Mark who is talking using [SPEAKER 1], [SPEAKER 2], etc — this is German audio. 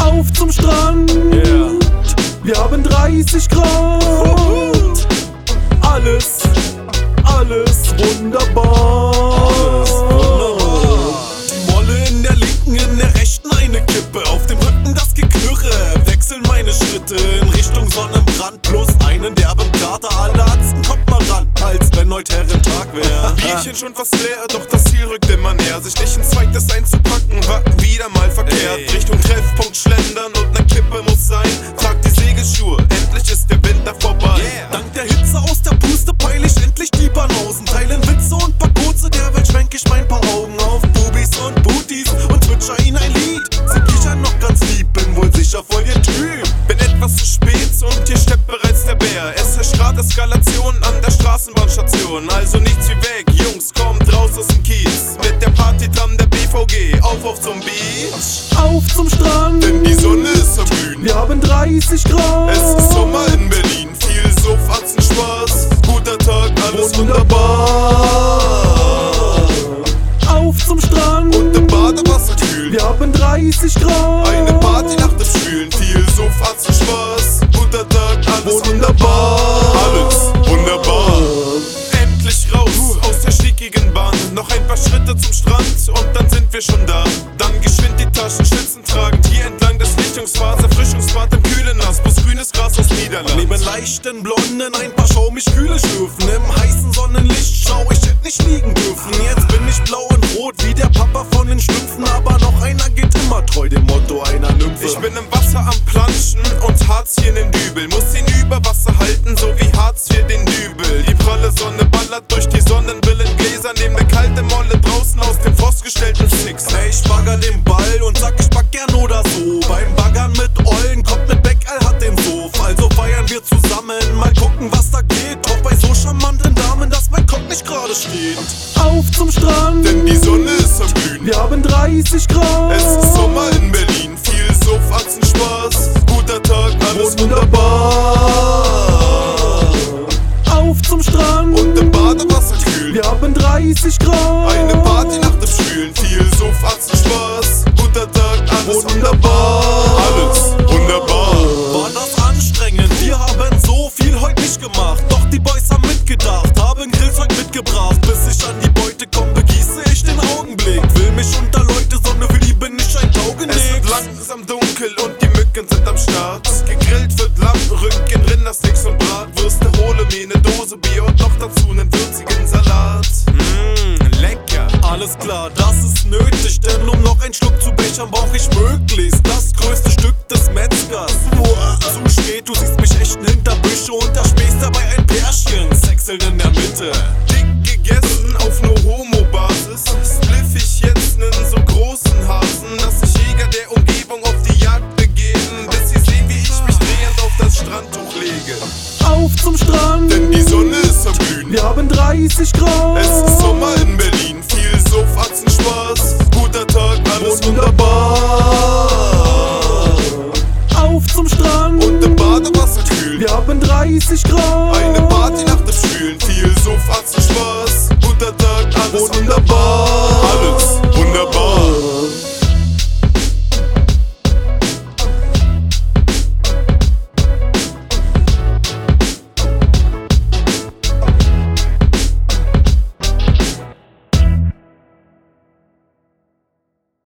[SPEAKER 1] Auf zum Strand,
[SPEAKER 2] Yeah.
[SPEAKER 1] wir haben 30 Grad. Alles, alles wunderbar.
[SPEAKER 2] Die Molle in der linken, in der rechten eine Kippe. Auf dem Rücken das Geknirre. Wechseln meine Schritte in Richtung Sonnenbrand. Plus einen derben Kater. Alle Arzten kommt mal ran, als wenn heute Herrentag wär.
[SPEAKER 3] Bierchen schon fast leer, doch das Ziel rückt immer näher. Sich nicht ins zweites einzupacken, war wieder mal verkehrt.
[SPEAKER 2] Ey.
[SPEAKER 3] Richtung Treffpunkt schlendern und ne Kippe muss sein. Trag die Segelschuhe, endlich ist der Winter vorbei.
[SPEAKER 2] Yeah. Dank der Hitze aus der Puste peil ich endlich die Banausen. Teilen Witze und paar kurze, derweil schwenk ich mein paar Augen auf Bubis und Booties und twitcher ihnen ein Lied. Sind ich ja noch ganz lieb, bin wohl sicher voll ihr Typ.
[SPEAKER 3] Bin etwas zu spät und hier steppt bereits der Bär. Es herrscht grad Eskalation an der Straßenbahnstation. Also nichts wie weg, Jungs, kommt raus aus dem Kies. Mit der Partytram der BVG, auf auf zum Beach.
[SPEAKER 1] Auf zum Strand,
[SPEAKER 3] Denn die Sonne ist verglühen.
[SPEAKER 1] wir haben 30 Grad.
[SPEAKER 3] Es ist Sommer in Berlin, viel Suff, Atzen, Spaß. Guter Tag, alles wunderbar.
[SPEAKER 1] Auf zum Strand,
[SPEAKER 3] Und im Badewasser kühl,
[SPEAKER 1] wir haben 30 Grad.
[SPEAKER 3] eine Party nach dem Spülen. Viel Suff, Atzen, Spaß. Guter Tag, alles wunderbar. Alles wunderbar. Endlich raus aus der schickigen Bahn. Noch ein paar Schritte zum Strand und dann sind wir schon da. Dann geschwind die Taschen, Schützen tragend. Hier entlang des Lichtungsfahrts, Erfrischungsbad im kühlen Nass. Bloß grünes Gras aus Niederland.
[SPEAKER 2] Neben leichten Blonden ein paar schaumig kühle Stufen. Im heißen Sonnenlicht schau, ich hätt nicht liegen dürfen. Jetzt bin ich blau und rot wie der Papa von den Schlümpfen. Aber noch einer geht immer treu dem Motto einer Nymphe.
[SPEAKER 3] Ich bin im Wasser am Planschen und Harz hier in den Dübel. Muss ihn über Wasser halten, so wie Harz hier den Dübel. Die pralle Sonne ballert durch die Sonnenbrillen Gläser. Neben der kalte Molle draußen aus dem Forst gestellten Six.
[SPEAKER 2] Ey, ich bagger den Ball und sag, ich back gern oder so. Beim Baggern mit Eulen kommt mit Beck, all hat den Sof. Also feiern wir zusammen, mal gucken, was da geht. Doch bei so charmanten Damen, dass mein Kopf nicht gerade steht.
[SPEAKER 1] Auf zum Strand,
[SPEAKER 3] Denn die Sonne ist am Glühen.
[SPEAKER 1] wir haben 30 Grad.
[SPEAKER 3] Es ist Sommer in Berlin, viel Suff, Atzen, Spaß. Guter Tag, alles wunderbar.
[SPEAKER 1] Auf zum Strand,
[SPEAKER 3] Und im Badewasser kühl,
[SPEAKER 1] wir haben 30 Grad.
[SPEAKER 3] eine Party nach dem Spülen. Viel Suff, Atzen, Spaß. Guter Tag, alles wunderbar. Alles wunderbar.
[SPEAKER 2] War das anstrengend, wir haben so viel heute nicht gemacht. Doch die Boys haben mitgedacht, haben Grillzeug mitgebracht. Bis ich an die Beute komm, begieße ich den Augenblick. Will mich unter Leute, Sonne für die bin ich ein Taugenix.
[SPEAKER 3] Es wird langsam dunkel und die Mücken sind am Start. Gegrillt wird Lamm, Rücken, Rindersticks und Bratwürste. Hole mir eine Dose Bier und noch dazu einen würzigen Salat. Mmm, lecker.
[SPEAKER 2] Alles klar, das ist nötig, denn um noch einen Schluck zu bechern, brauch ich möglichst das größte Stück des Metzgers. Uah,
[SPEAKER 3] also
[SPEAKER 2] zu spät, du siehst mich echt hinter Büsche und da spähst dabei ein Pärchen, sechseln in der Mitte.
[SPEAKER 3] Dick gegessen auf nur Homo-Basis. Spliff ich jetzt nen so großen Hasen, dass sich Jäger der Umgebung auf die Jagd begeben. Bis sie sehen, wie ich mich drehend auf das Strandtuch lege.
[SPEAKER 1] Auf zum Strand,
[SPEAKER 3] Denn die Sonne ist am Glühen.
[SPEAKER 1] wir haben 30 Grad.
[SPEAKER 3] Es ist Sommer in Berlin, viel Suff, Atzen, Spaß. Guter Tag, alles wunderbar.
[SPEAKER 1] Auf zum Strand,
[SPEAKER 3] Und im Badewasser kühl,
[SPEAKER 1] wir haben 30 Grad.
[SPEAKER 3] eine Party nach dem Spülen. Viel Suff, Atzen, Spaß. Guter Tag, alles wunderbar.